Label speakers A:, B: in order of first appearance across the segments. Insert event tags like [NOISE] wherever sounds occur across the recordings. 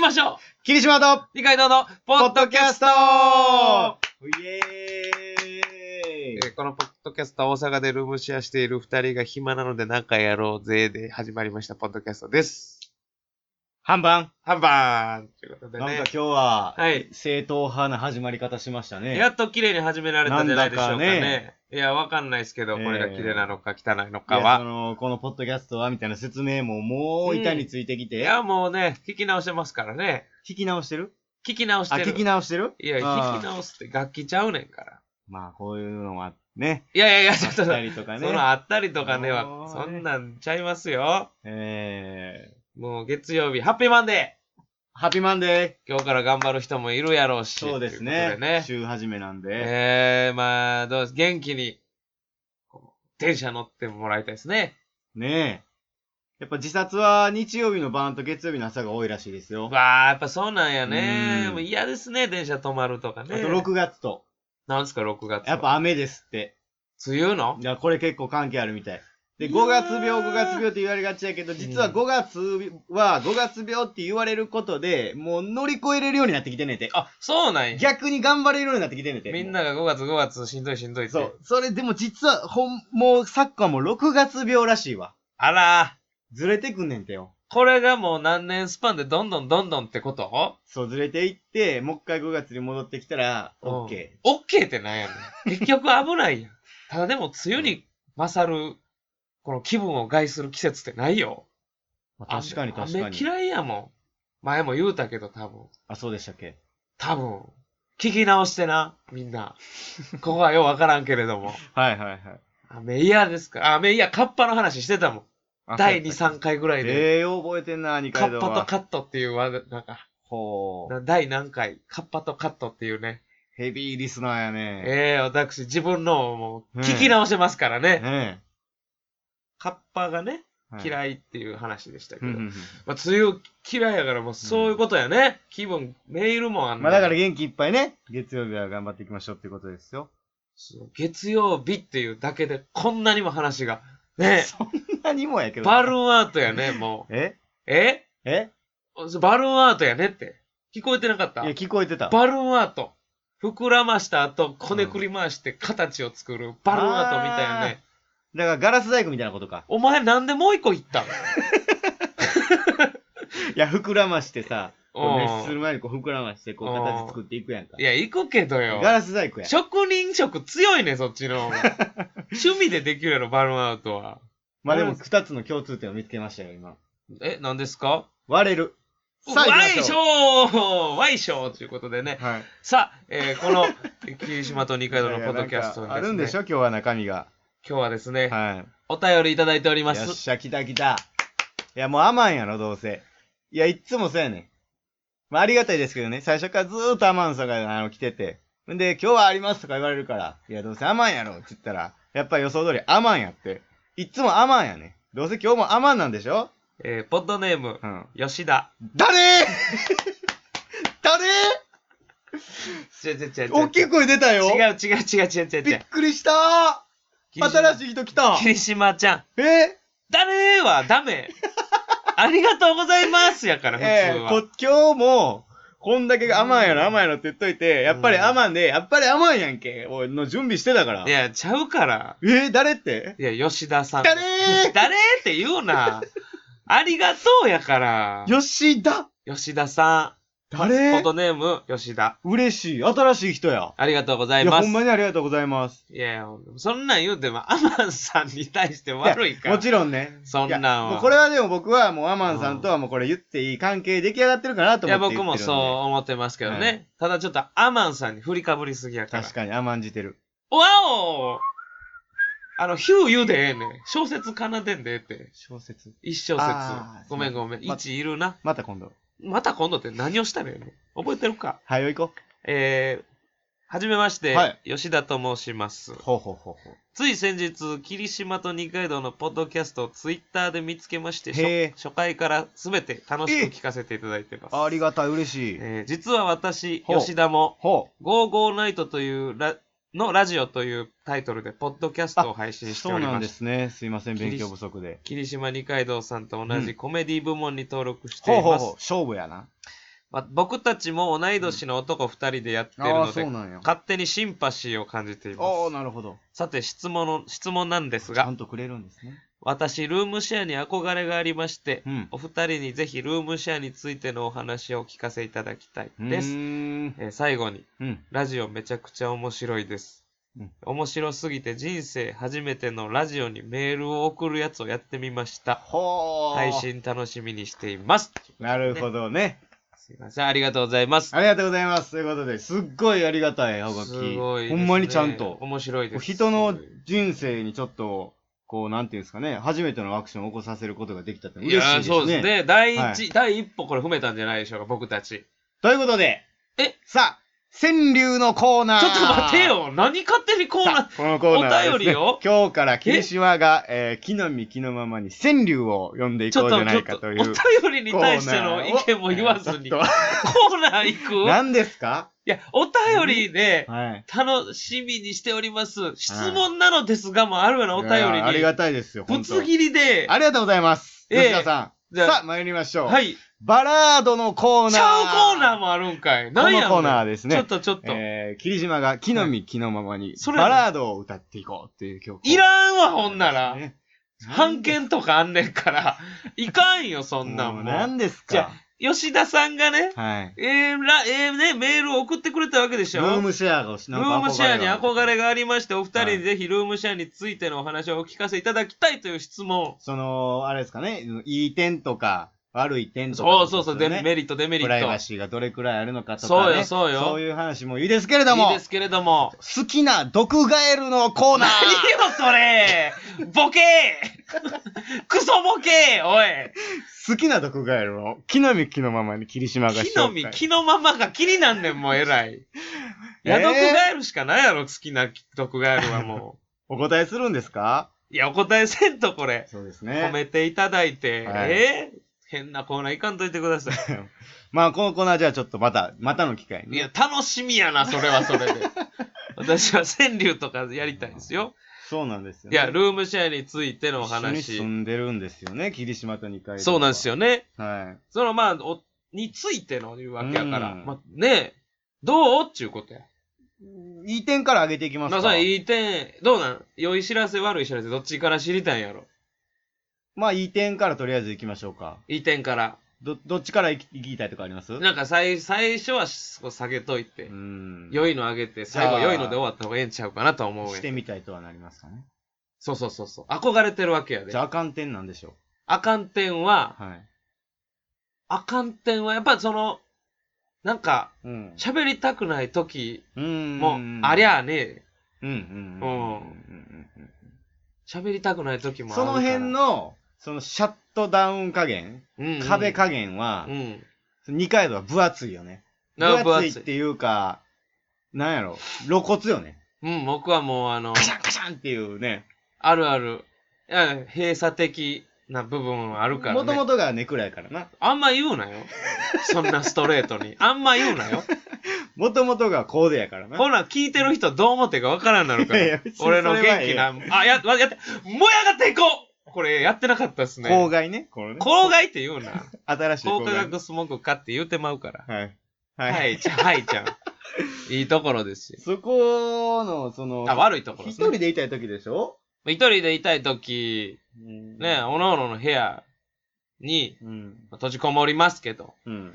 A: ましょう
B: 霧島と、
A: 二階堂のポ
B: ポ
A: ッド
B: ッド
A: キ
B: キ
A: ャ
B: ャ
A: ス
B: ス
A: ト
B: トイ
A: え
B: エーイ
A: ーこのポッドキャストは大阪でルームシェアしている二人が暇なのでなんかやろうぜで始まりましたポッドキャストです。
B: 半番、
A: ハンバーンということで
B: なんか
A: ね
B: 今。日は、
A: はい。
B: 正統派な始まり方しましたね。
A: やっと綺麗に始められたんじゃないでしょうかね。
B: なんだかね
A: いや、わかんないですけど、これが綺麗なのか汚いの
B: い
A: か
B: やそ
A: は。
B: の、このポッドキャストは、みたいな説明ももう板についてき
A: い
B: て、
A: や、もうね、聞き直してますからね。
B: 聞き直してる
A: 聞き直し
B: あ、
A: てる。
B: 聞き直してる
A: いや、
B: あー
A: 聞き直すって楽器ちゃうねんから。
B: まあ、こういうのはね、
A: いやいやいや、ち
B: あ
A: ょ
B: っ
A: っと、
B: たりとか
A: その
B: ね。
A: あったりとかねは、
B: あ
A: そ
B: ーね
A: んなんちゃいますよ。
B: えー、
A: もう月曜日、ハッピーマンデ
B: ハッピーマンデ
A: ー今日から頑張る人もいるやろうし。
B: ーそうです
A: という
B: ね
A: ことでね
B: 週始めなんで。
A: えー、まあ、どうです元気に、こう電車乗ってもらいたいですね。
B: ねえ。やっぱ自殺は日曜日の晩と月曜日の朝が多いらしいですよ。
A: わあ、やっぱそうなんやね
B: う。ん
A: もう嫌ですね、電車止まるとか
B: あ
A: ね。
B: と6月と。
A: なんですか、6月。
B: やっ、ぱ雨ですって。
A: 梅雨の
B: いや、これ結構関係あるみたい。で、
A: いやー
B: 5月病、5月病って言われがちやけど、実は5月は、5月病って言われることで、もう乗り越えれるようになってきてんねんて。
A: あ、そうなんや。
B: 逆に頑張れるようになってきてんねんて。
A: みんなが5月5月しんどいしんどいって。
B: そう。それでも実は、ほん、もうサッカーも6月病らしいわ。
A: あら
B: ずれてくんねんてよ。
A: ー、これがもう何年スパンでどんどんどんどんってこと
B: そう、ずれていって、もう一回5月に戻ってきたら、オッケー。
A: ー。オッケーってなんやねん。結局危ないやん。ただでも梅雨に勝る、この気分を害する季節ってないよ。
B: まあ確かに確か
A: 雨
B: に。
A: 嫌いやもん。前も言うたけど多分。
B: あ、そうでしたっけ
A: 多分。聞き直してな、みん
B: [LAUGHS]
A: な。ここはようわからんけれども。
B: はいはいはい
A: 雨嫌ですか雨嫌、カッパの話してたもん。
B: あ。
A: 第2、
B: そうやったっ
A: 3回ぐら
B: け
A: いで。
B: ええ覚えてんな、二
A: カ
B: 階
A: ッ
B: 堂
A: パと
B: は。
A: カットっていうワード、なんか、
B: ほう。
A: な第何回、カッパとカットっていうね。
B: ヘビーリスナーやね。
A: ええ私、自分のをもう、聞き直してますからね。
B: ね
A: カッパがね、
B: え
A: 嫌いっていう話でしたけ
B: う
A: ど。
B: んうん
A: まあ、梅雨嫌いやから、もうそういうことやね。気分、メールもあ
B: うんん。
A: ね
B: まあだから元気いっぱいね、月曜日は頑張っていきましょうってことですよ。 [LAUGHS]
A: その月曜日っていうだけで、こんなにも話が。ね
B: そんなにもやけど。
A: バルーンアートやね、もう。
B: え
A: え
B: え
A: バルーンアートやねって。聞こえてなかっ
B: い
A: た
B: や、聞こえてた。
A: バルーンアート。膨らました後、こねくり回して形を作るバルーンアートみたいなね。
B: だからガラス細工みたいなことか。
A: お前なんでもう一個言ったの
B: いや、膨らましてさ、 [LAUGHS] こう
A: うん
B: 熱する前にこう膨らまして、こう形作っていくやんか
A: い。や、行くけどよ。
B: ガラス細工や。
A: 職人色強いね、そっちの。
B: [LAUGHS]
A: 趣味でできるやろ、バルーンアートは。
B: まあでも二つの共通点を見つけましたよ、今。
A: え、何ですか
B: 割れる。
A: ワイシ
B: ょ
A: ョーワイショーということでね。
B: はい。
A: さあ、えーこの、霧島と二階堂のポッドキャストに
B: いやなんかあるんでし
A: ょ
B: ょ今日は中身が。
A: 今日はですね、
B: はい。
A: お便りいただいておりま
B: よっ
A: す。
B: しゃ、来た来た。いや、もう甘んやろ、どうせ。いや、いっつもそうやねん。まあ、ありがたいですけどね、最初からずーっと甘んさんが、あの、来てて。んで、今日はありますとか言われるから、いや、どうせ甘んやろ、って言ったら、やっぱ予想通り甘んやって。いっつも甘んやね。どうせ今日も甘んなんでしょ
A: えーポッドネーム、
B: うん。
A: 吉田。
B: 誰 [LAUGHS] 誰
A: 違う違う違う違う。
B: 大きい声出たよ
A: 違う違う違う違う違う違う。
B: びっくりしたー新
A: い。
B: しい人来た
A: 霧島ちゃん。
B: え
A: 誰はダ
B: [LAUGHS]
A: メ。ありがとうございますやから、普通は。 [LAUGHS]
B: ええこ今日も、こんだけ甘んや
A: うん
B: ろ、甘んやろって言っといて、やっぱり甘んで、やっぱり甘んやんけ、おいの準備してたから。
A: いや、ちゃうから。
B: えー誰って
A: いや、吉田さん。
B: 誰
A: 誰って言うな。ありがとうやから。
B: 吉田
A: 吉田さん。ポッ
B: 誰
A: ドネーム、吉田。
B: 嬉しい。新しい人や。
A: ありがとうござい
B: いや、
A: ま
B: ほ
A: す
B: ん。まにありがとうございます。
A: いや、そんなん言うても、アマンさんに対して悪いか
B: や
A: ら。
B: もちろんね。
A: そんなんはい
B: やもうこれはでも僕はもうアマンさんとはもうこれ言っていい関係出来上がってるかなと
A: い
B: 思
A: や、
B: って言っ
A: 僕
B: てるんで。
A: もそう思ってますけどね。
B: は
A: ただちょっとアマンさんに振りかぶりすぎやから。
B: 確かに甘んじてる。
A: わおあの、ヒュー言うでええねん。小説奏でんでええって。
B: 小説。
A: 一小
B: あ
A: 節。
B: ー
A: ごめんごめん。
B: ま
A: 一いるな。
B: また今度。
A: また今度って何をしたのよ。覚えてるか。
B: はい、よ行こ
A: えー、はじめまして、
B: はい
A: 吉田と申します
B: う。。ほうほうほうほう。
A: つい先日、霧島と二階堂のポッドキャストをツイッターで見つけまして、
B: へー
A: 初初回からすべて楽しく聞かせていただいてます。
B: ありがたい、嬉しい。
A: えー実は私、
B: ほう
A: 吉田も、
B: ほう。
A: ゴーゴーナイトというラ、のラジオというタイトルで、ポッドキャストを配信して
B: そ
A: お
B: う
A: り
B: なん
A: ま。
B: ですすね。すいません、勉強不足で。
A: 霧島二階堂さんと同
B: う
A: じコメディ部門に登録してい
B: ほう
A: ます。
B: ほうほう、勝負やな。
A: まあ、僕たちも同い年の男2人でやってる
B: あ
A: の
B: あ、そ
A: で、
B: うなんや。
A: 勝手にシンパシーを感じていま
B: おお
A: す。
B: なるほど。
A: さて質問の、質問なんです
B: ちゃ
A: が、
B: んとくれるんですね。
A: 私、ルームシェアに憧れがありまして、
B: うん。
A: お二人にぜひルームシェアについてのお話をお聞かせいただきたいう
B: ーん
A: です。えー最後に、
B: うん。
A: ラジオめちゃくちゃ面白いです。
B: うん
A: 面白すぎて人生初めてのラジオにメールを送るやつをやってみました。
B: ほー。
A: 配。信楽しみにしています。
B: なるほどね。
A: すいません、ありがとうございます。
B: ありがとうございます。ということで、すっごいありがたいハガキ。
A: すごいです
B: ほ
A: ね
B: んまにちゃんと。
A: 面白いです。
B: 人の人生にちょっと、こう、なんていうんですかね、初めてのアクションを起こさせることができたって
A: い
B: 嬉しいで
A: やー、
B: すね。
A: そうですね。第一、
B: はい
A: 第一歩これ踏めたんじゃないでしょうか、僕たち。
B: ということで、
A: え
B: さあ、川柳のコーナー
A: ちょっと待て
B: [LAUGHS]
A: よ何勝手にこうな
B: さ [LAUGHS] あこのコーナーはです
A: お便り
B: ね
A: を
B: 今日から霧島が、えー、木の実木のままに川柳を読んでい
A: ちょ
B: こう
A: っ
B: じ
A: と、
B: ゃな
A: ちょっ
B: いか
A: と、
B: と
A: お
B: い
A: 便
B: う。
A: りに対しての意見も言わずに、
B: コ
A: コ
B: ー
A: ーナ
B: ナーを
A: ー
B: え
A: [LAUGHS]
B: ーちょっと
A: 行く
B: 何ですか
A: いや、お便りで、
B: はい。
A: 楽しみにしております。質問なのですがもあるようなお便
B: いやーあり
A: り
B: が
A: に、
B: たいですよ。
A: ぶ
B: 本当
A: つ切りで、
B: ありがとうございます。
A: ええ
B: 吉田さん。
A: じゃあ
B: さあ、参りましょう。
A: はい、
B: バラードのコーナー。
A: ちゃうコーナーもあるんかい。なんやねん
B: このコーナーですね
A: ちょっとちょっと。
B: えー、霧島が木の実木のままに、
A: それ
B: バラードを歌っていこうっていう曲。
A: いらんわ、ほんなら。
B: ね。
A: 判権とかあんねんから、いかんよ、そんなん
B: も
A: も
B: う
A: う。
B: 何です
A: じゃ
B: か
A: 吉田さんがね、
B: はい。
A: えーら、えーね、メールを送ってくれたわけでし
B: ル
A: ょ。
B: ームシェアがし
A: ルームシェアに憧れ
B: が。
A: がありまして、お二人
B: はい
A: にぜひルームシェアについてのお話をお聞かせいただきたいという質問。
B: その、あれですかね、いい点とか、悪い点とか、
A: そうそうそう、
B: で
A: デ
B: すよね
A: メリット、デメリ
B: プライバ
A: ッ
B: シーがどれくらいあるのかと
A: そ
B: か、
A: う
B: ね。
A: よそうよ
B: そういう話もいいですけれ
A: ト。
B: ど
A: い
B: も、
A: いですけれども。
B: 好きな毒ガエルのコーナー
A: 何よ、それボケークソボケーおい
B: 好きな毒ガエルを、木の実木のままに霧島が
A: 木の実、木のままが気になんねん、もう偉い。い
B: えー
A: や、毒ガエルしかないやろ、好きな毒ガエルはも
B: お答えするんですか
A: [LAUGHS] う。いや、お答えせんと、これ。
B: そうです
A: 褒めていただいて、
B: はい
A: えー変なコーナー行かんといてください。
B: まあ、このコーナーじゃあちょっとまた、またの機会に。
A: いや、楽しみやな、それはそれ
B: [LAUGHS]
A: で。私は川柳とかやりたいですよ。
B: そうなんです
A: い
B: よ、ね。
A: や、ルームシェアについてのお
B: 一緒に住
A: 話。
B: んでるんですよね、霧島と二階堂は
A: そうなんですよね。
B: は
A: その、まあ、お、についてのいうわけやから。
B: うん
A: まあ、ねえ、どうっちゅうことや。
B: い。いい点から上げていきます
A: ま
B: か。
A: あ、
B: ま
A: さ
B: あ、いい
A: いい点、どうなん良い知らせ、悪い知らせ、どっちから知りたいんやろ。
B: 点からとりあえずいきましょうか。
A: いい点から。
B: ど、どっちからいきいきたいとかあります
A: なんか、最、最初はこう下げといて、
B: うん。
A: 良いの上げて、最後
B: じゃあ
A: 良いので終わった方がええんちゃうかなとは思う
B: し
A: やん。
B: てみたいとはなりますかね。
A: そうそうそうそう。憧れてるわけやで
B: じゃ。あ、あかん点なんでしょう。
A: あかん点は、
B: はい。
A: あかん点は、やっぱその、なんか、
B: うん。
A: 喋りたくない時
B: うん。
A: も、ありゃあね、
B: うん。うん。うん。うんうんうん
A: 喋りたくない時もある
B: そ
A: から。
B: の辺、の、そのシャットダウン加減、
A: うんうん
B: 壁加減は
A: う、ん。
B: 二階堂は分厚いよね。
A: な
B: 分
A: 分
B: 厚
A: 厚
B: い
A: い
B: っていうか、なんやろ、露骨よね。
A: うん、僕はもう、あの
B: カ、シャンカシャンっていうね。
A: あるある、いや閉鎖的な部分はあるから
B: もとも
A: ね。
B: とがネクラやからな。
A: あんま言うなよ。 [LAUGHS] そんなストレートに。あんま言うなよ。
B: [LAUGHS] もともとがコーデやからな。
A: ほら、聞いてる人どう思ってるかわからんなるか
B: いやいや
A: ら
B: 別。に
A: 俺の
B: そ
A: 元
B: れはええ
A: 気な、あ、や、わやって、燃え上がっていこうこれ、やってなかったっすね。
B: 公害ね。このね。
A: 公害って言うな。
B: 新しい
A: 高
B: 公
A: 化
B: 害。
A: 学スモークかって言うてまうから。
B: はい。は。
A: はいい、ちゃん、はい、ちゃん。
B: [LAUGHS]
A: いいところですよ。
B: そこの、その、
A: あ、悪いところで
B: 一
A: すね。
B: 人でいたい時でしょ
A: 一人でいたいとき、ね、おのおのの部屋に
B: うん。
A: 閉じこもりますけど、
B: うん。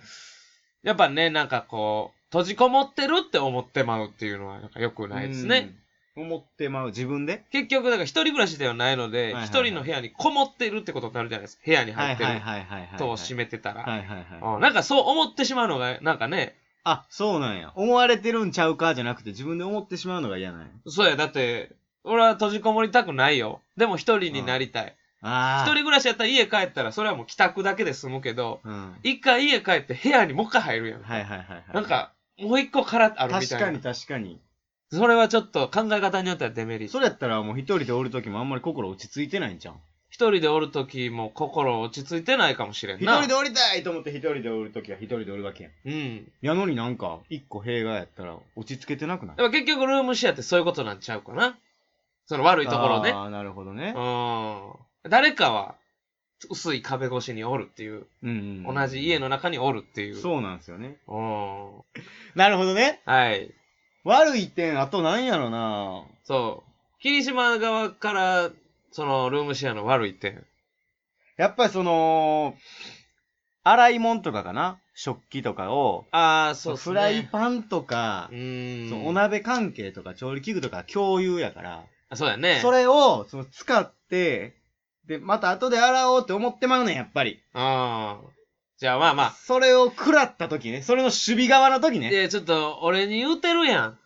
A: やっぱね、なんかこう、閉じこもってるって思ってまうっていうのは、なんか良くないですね。
B: うん。思ってまう。自分で
A: 結局、だから一人暮らしではないの
B: い
A: で
B: はいは、い
A: 一人の部屋にこもってるってことになるじゃないですか。部屋に入ってる
B: はいはいはい
A: 戸を閉めてた
B: は
A: ら。
B: いはいはい。
A: うんなんかそう思ってしまうのが、なんかね、
B: あ、そうなんや。思われてるんちゃうかじゃなくて自分で思ってしまうのが嫌なんや。
A: そうや、だって、俺は閉じこもりたくないよ。でも一人になりたい。
B: あ
A: 一
B: あ。
A: 人暮らしやったら家帰ったら、それはもう帰宅だけで済むけど、
B: うん。
A: 一回家帰って部屋にもう一回入るやん。
B: はいはいはいはい。
A: なんか、もう一個からあるみ
B: 確
A: たいな。
B: かに確かに。
A: それはちょっと考え方によってはデメリット。
B: それやったらもう一人でおるときもあんまり心落ち着いてないんじゃん。
A: 一人でおるときも心落ち着いてないかもしれん
B: 一
A: な。
B: 人でおりたいと思って一人でおるときは一人でおるわけやん。
A: うん。
B: やのになんか、一個弊害やったら落ち着けてなくない
A: やっぱ結局ルームシェアってそういうことなんちゃうかな。その悪いところね。
B: ああ、なるほどね。
A: うん。誰かは薄い壁越しにおるっていう、
B: うん、うん。
A: 同じ家の中におるっていう。
B: そうなんですよね。
A: うん。
B: なるほどね。
A: はい。
B: 悪い点、あとなんやろな
A: そう。霧島側から、その、ルームシェアの悪い点。
B: やっぱりその、洗い物とかかな食器とかを、
A: ああ、そうですね。
B: フライパンとか
A: う、ーん。
B: そのお鍋関係とか調理器具とか共有やから、
A: あそうだね。
B: それをその使って、で、また後で洗おうって思ってまうねん、やっぱり。
A: うん。じゃあまあまあ。
B: それを食らった時ね、それの守備側の時
A: い
B: ね。
A: や、ちょっと、俺に言うてるやん。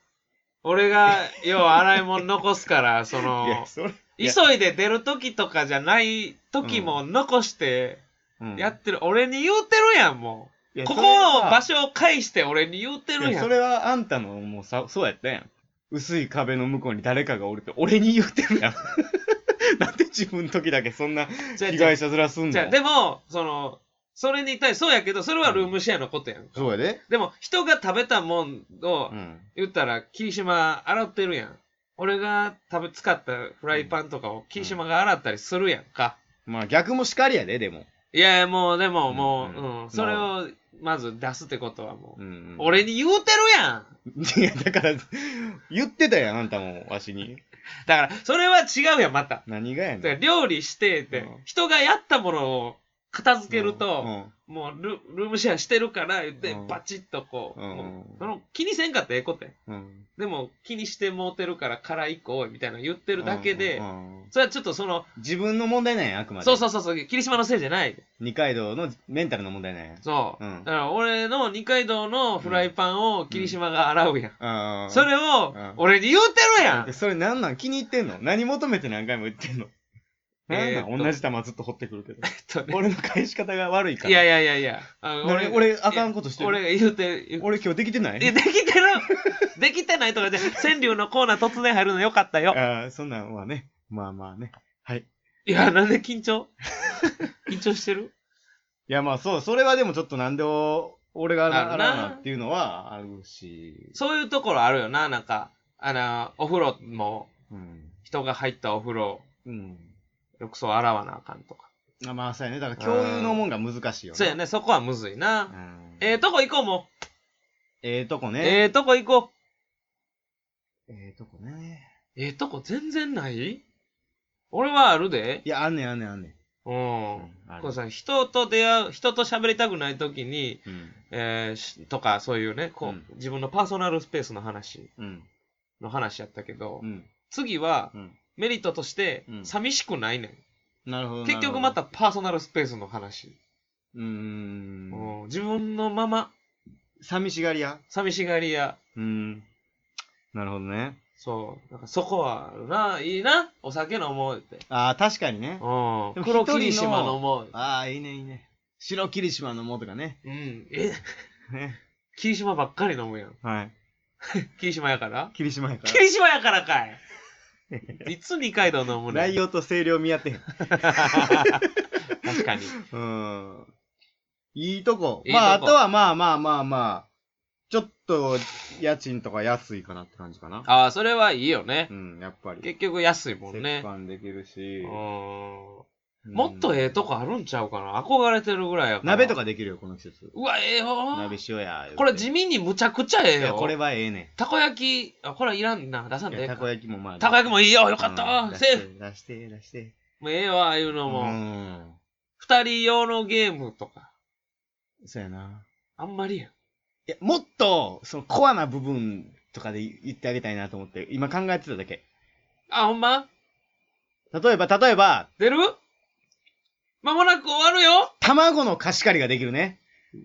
A: 俺が、要は洗い物残す
B: [LAUGHS]
A: から、そ
B: いや、
A: の、
B: それ、いや
A: 急いで出る時とかじゃない時も残して
B: うん
A: やってる。俺に言うてるやん、も。
B: いうや
A: ここ
B: それは
A: を場所を介して俺に言うてる
B: い
A: や
B: や
A: ん。
B: それはあんたのもうさ、そうやったやん。薄い壁の向こうに誰かがおるって俺に言ってるやん。 [LAUGHS] なんで自分の時だけそんな
A: じゃあ
B: 被害者面すん
A: じゃあ
B: の
A: でも、その、それに対して、そうやけど、それはルームシェアのことやんか。
B: そうやで。
A: でも、人が食べたもんを
B: う、ん。
A: 言ったら、霧島洗ってるやん。俺が食べ、使ったフライパンとかを霧島が洗ったりするやんか。
B: まあ逆もしかりやで、でも。
A: いやいや、もう、でも、もう、
B: う
A: うん
B: うん
A: ん、それを、まず出すってことはもう、
B: うん
A: 俺に言うてるやん
B: いや、だから、言ってたやん、あんたも、わしに。
A: だから、それは違うやん、また。
B: 何がやねん。
A: だから料理してって、
B: うん
A: 人がやったものを片付けると、
B: うん
A: もうル、ルームシェアしてるから、言って
B: うん、
A: バチッとこう、
B: うん
A: もうその気にせんかったらええことやん。
B: うん。
A: でも、気にしてもうてるから、から一個多いみたいなの言ってるだけで、
B: うんうん
A: それはちょっとその、
B: 自分の問題なんや、あくまで。
A: そうそうそうそう、霧島のせいじゃない。
B: 二階堂のメンタルの問題なんや。
A: そう。
B: うん
A: だから俺の二階堂のフライパンを霧島が洗うやん。
B: ああ。
A: それを
B: うん
A: 俺に言うてるやん、
B: それなんなん気に入ってんの何求めて何回も言ってんのなん
A: えー
B: な
A: っ
B: ん、
A: と
B: 同じ球ずっと掘ってくるけど。 [LAUGHS]
A: とね
B: 俺の返し方が悪いか
A: [LAUGHS]
B: ら。
A: いやいやいやいや。あ
B: なに俺あかんことしてる
A: 俺が言うて、
B: [LAUGHS]
A: 言う
B: 俺今日できてない
A: いやできてる [LAUGHS] できてないとかで、川柳のコーナー突然入るのよかったよ。
B: ああ、そんなんはね。まあまあね。はい。
A: いや、なんで緊張緊張してる
B: いやまあそう、それはでもちょっとなんでお俺が
A: な
B: な
A: るな
B: らなっていうのはあるし。
A: そういうところあるよな、なんか。あの、お風呂も、
B: うん。
A: 人が入ったお風呂、
B: うん。
A: 浴槽洗わなあかんとか。
B: あまあそうやね。だから共有のもんが難しいよね。
A: そうやね、そこはむずいな。
B: うん。
A: ええとこ行こうも
B: ええとこ
A: う。
B: ね。
A: ええとこ行こ
B: ええとこね。
A: う。ええとこ全然ない俺はあるで。
B: いや、あんねんあんねんあんねん。
A: うん。
B: うんある
A: こうさ、人と出会う、人と喋りたくないときに、
B: うん。
A: えーしとか、そういうね、こう、
B: うん
A: 自分のパーソナルスペースの話、
B: うん。
A: の話やったけど、
B: うん。
A: 次は、
B: うん。
A: メリットとして
B: う、ん
A: 寂しくないねん。
B: なるほど。
A: 結局また。パーソナルスペースの話。
B: うーん。
A: うん自分のまま、
B: 寂しがり屋
A: 寂しがりや。
B: うん。なるほどね。
A: そう。なんかそこはあるな、いいな、お酒飲もうって。
B: ああ、確かにね。
A: う
B: で
A: ん。
B: も
A: 黒
B: 一人の
A: 霧島飲もう。
B: ああ、いいね、いいね。白霧島のもとかね。
A: うん。え、
B: ね。
A: 霧島ばっかり飲むやん。
B: はい。
A: 霧島やから
B: 霧島やか
A: 霧島やからか
B: [LAUGHS]
A: いいつ二階堂飲むね
B: ら。
A: ん [LAUGHS]
B: 内容と声量見合ってへん。
A: 確かに。
B: うん。いいとこ。
A: いいとこ
B: まあ、あとはまあまあまあまあ。ちょっと、家賃とか安いかなって感じかな。
A: ああ、それはいいよね
B: う。ん、やっぱり。
A: 結局安いもん
B: 折
A: ね。
B: 半できる
A: う
B: し
A: ん。も
B: うん
A: っとええとこあるんちゃうかな。憧れてるぐらいやから。
B: 鍋と。かできるよ、この季節。
A: うわ、ええよ。
B: 鍋しようや。
A: これ地味にむちゃくちゃええ
B: いや、
A: よ。
B: これはええねん。
A: たこ焼き、あ、これはいらんな。出さん
B: い
A: でええか
B: やたこ焼きもまあ。
A: たこ焼きもいいよ。よ
B: よ
A: かった。セーフ。
B: 出して、出して。
A: もうええわ、ああいうの
B: う
A: も。
B: ん。
A: 二人用のゲームとか。
B: そうやな。
A: あんまりやん。
B: いや、もっと、そのコアな部分とかで言ってあげたいなと思って、今考えてただけ。
A: あ、ほんま
B: 例えば、例えば、
A: 出るまもなく終わるよ
B: 卵の貸し借りができるね。
A: う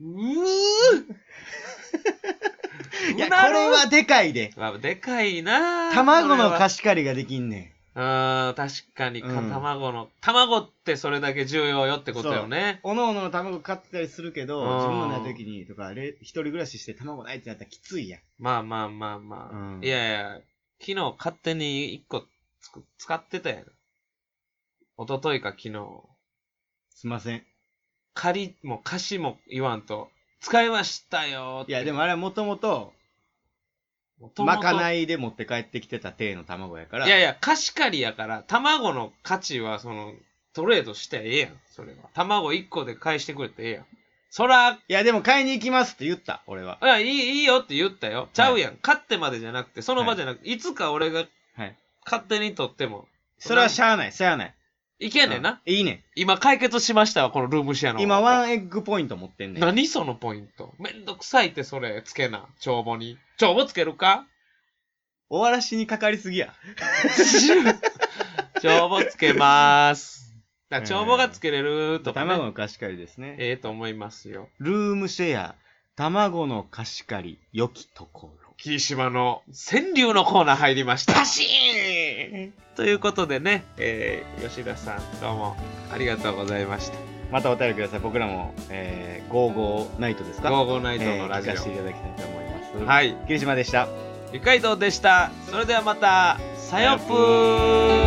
A: ー
B: [LAUGHS] いや、
A: う
B: こ
A: なる
B: れはでかいで。
A: まあ、でかいな
B: 卵の
A: し。
B: 貸し借りができんね
A: うーん、確かにか、
B: うん
A: 卵の。卵ってそれだけ重要よってことよね。
B: ん。おのおのの卵買ってたりするけ
A: う
B: ど、
A: ん
B: 自分のない時にとか、れ一人暮らしして卵ないってなったらきついやん。
A: まあまあまあまあ。
B: うん
A: いやいや、昨日勝手に一個つく使ってたやん。一昨日か昨日。
B: すいません。
A: 借りも貸しも言わんと、使いましたよって。
B: いや、でもあれはもともと、
A: もとも
B: ま
A: と
B: かないで持って帰ってきてた体の卵やから。
A: いやいや、貸し借りやから、卵の価値はその、トレードしてええやん、それは。卵1個で返してくれてええやん。そら、
B: いや、でも買いに行きますって言った、俺は。
A: あいいいいよって言ったよ。ちゃうやん。勝ってまでじゃなくて、その場じゃなくて、いつか俺が
B: はい。
A: 勝手に取っても、
B: それはしゃあない、しゃあない。
A: いけんねんな。
B: うん。いいね
A: 今解決しましたわ、このルームシェア
B: ん。
A: の。
B: 今、ワンエッグポイント持ってんねん。
A: 何そのポイント。めんどくさいってそれ、つけな。帳簿に。帳簿つける
B: [LAUGHS]
A: か
B: 終わらしにかかりすぎや。
A: 帳簿つけまーす。だから帳簿がつけれるとか、
B: 卵
A: ね、
B: の貸し借りですね。
A: ええと思いますよ。
B: ルームシェア、卵の貸し借り、良きところ。
A: 霧島の川柳のコーナー入りました。
B: パシーン
A: ということでね、えー吉田さん、どうもありがとうございました。
B: またお便りください。僕らも、えー、ゴーゴーナイトですか
A: ゴーゴーナイトのラジオ
B: えー聞かせていただきたいと思います。い。
A: はい、
B: 霧島でした。
A: 二階堂でした。それではまた、さよぷー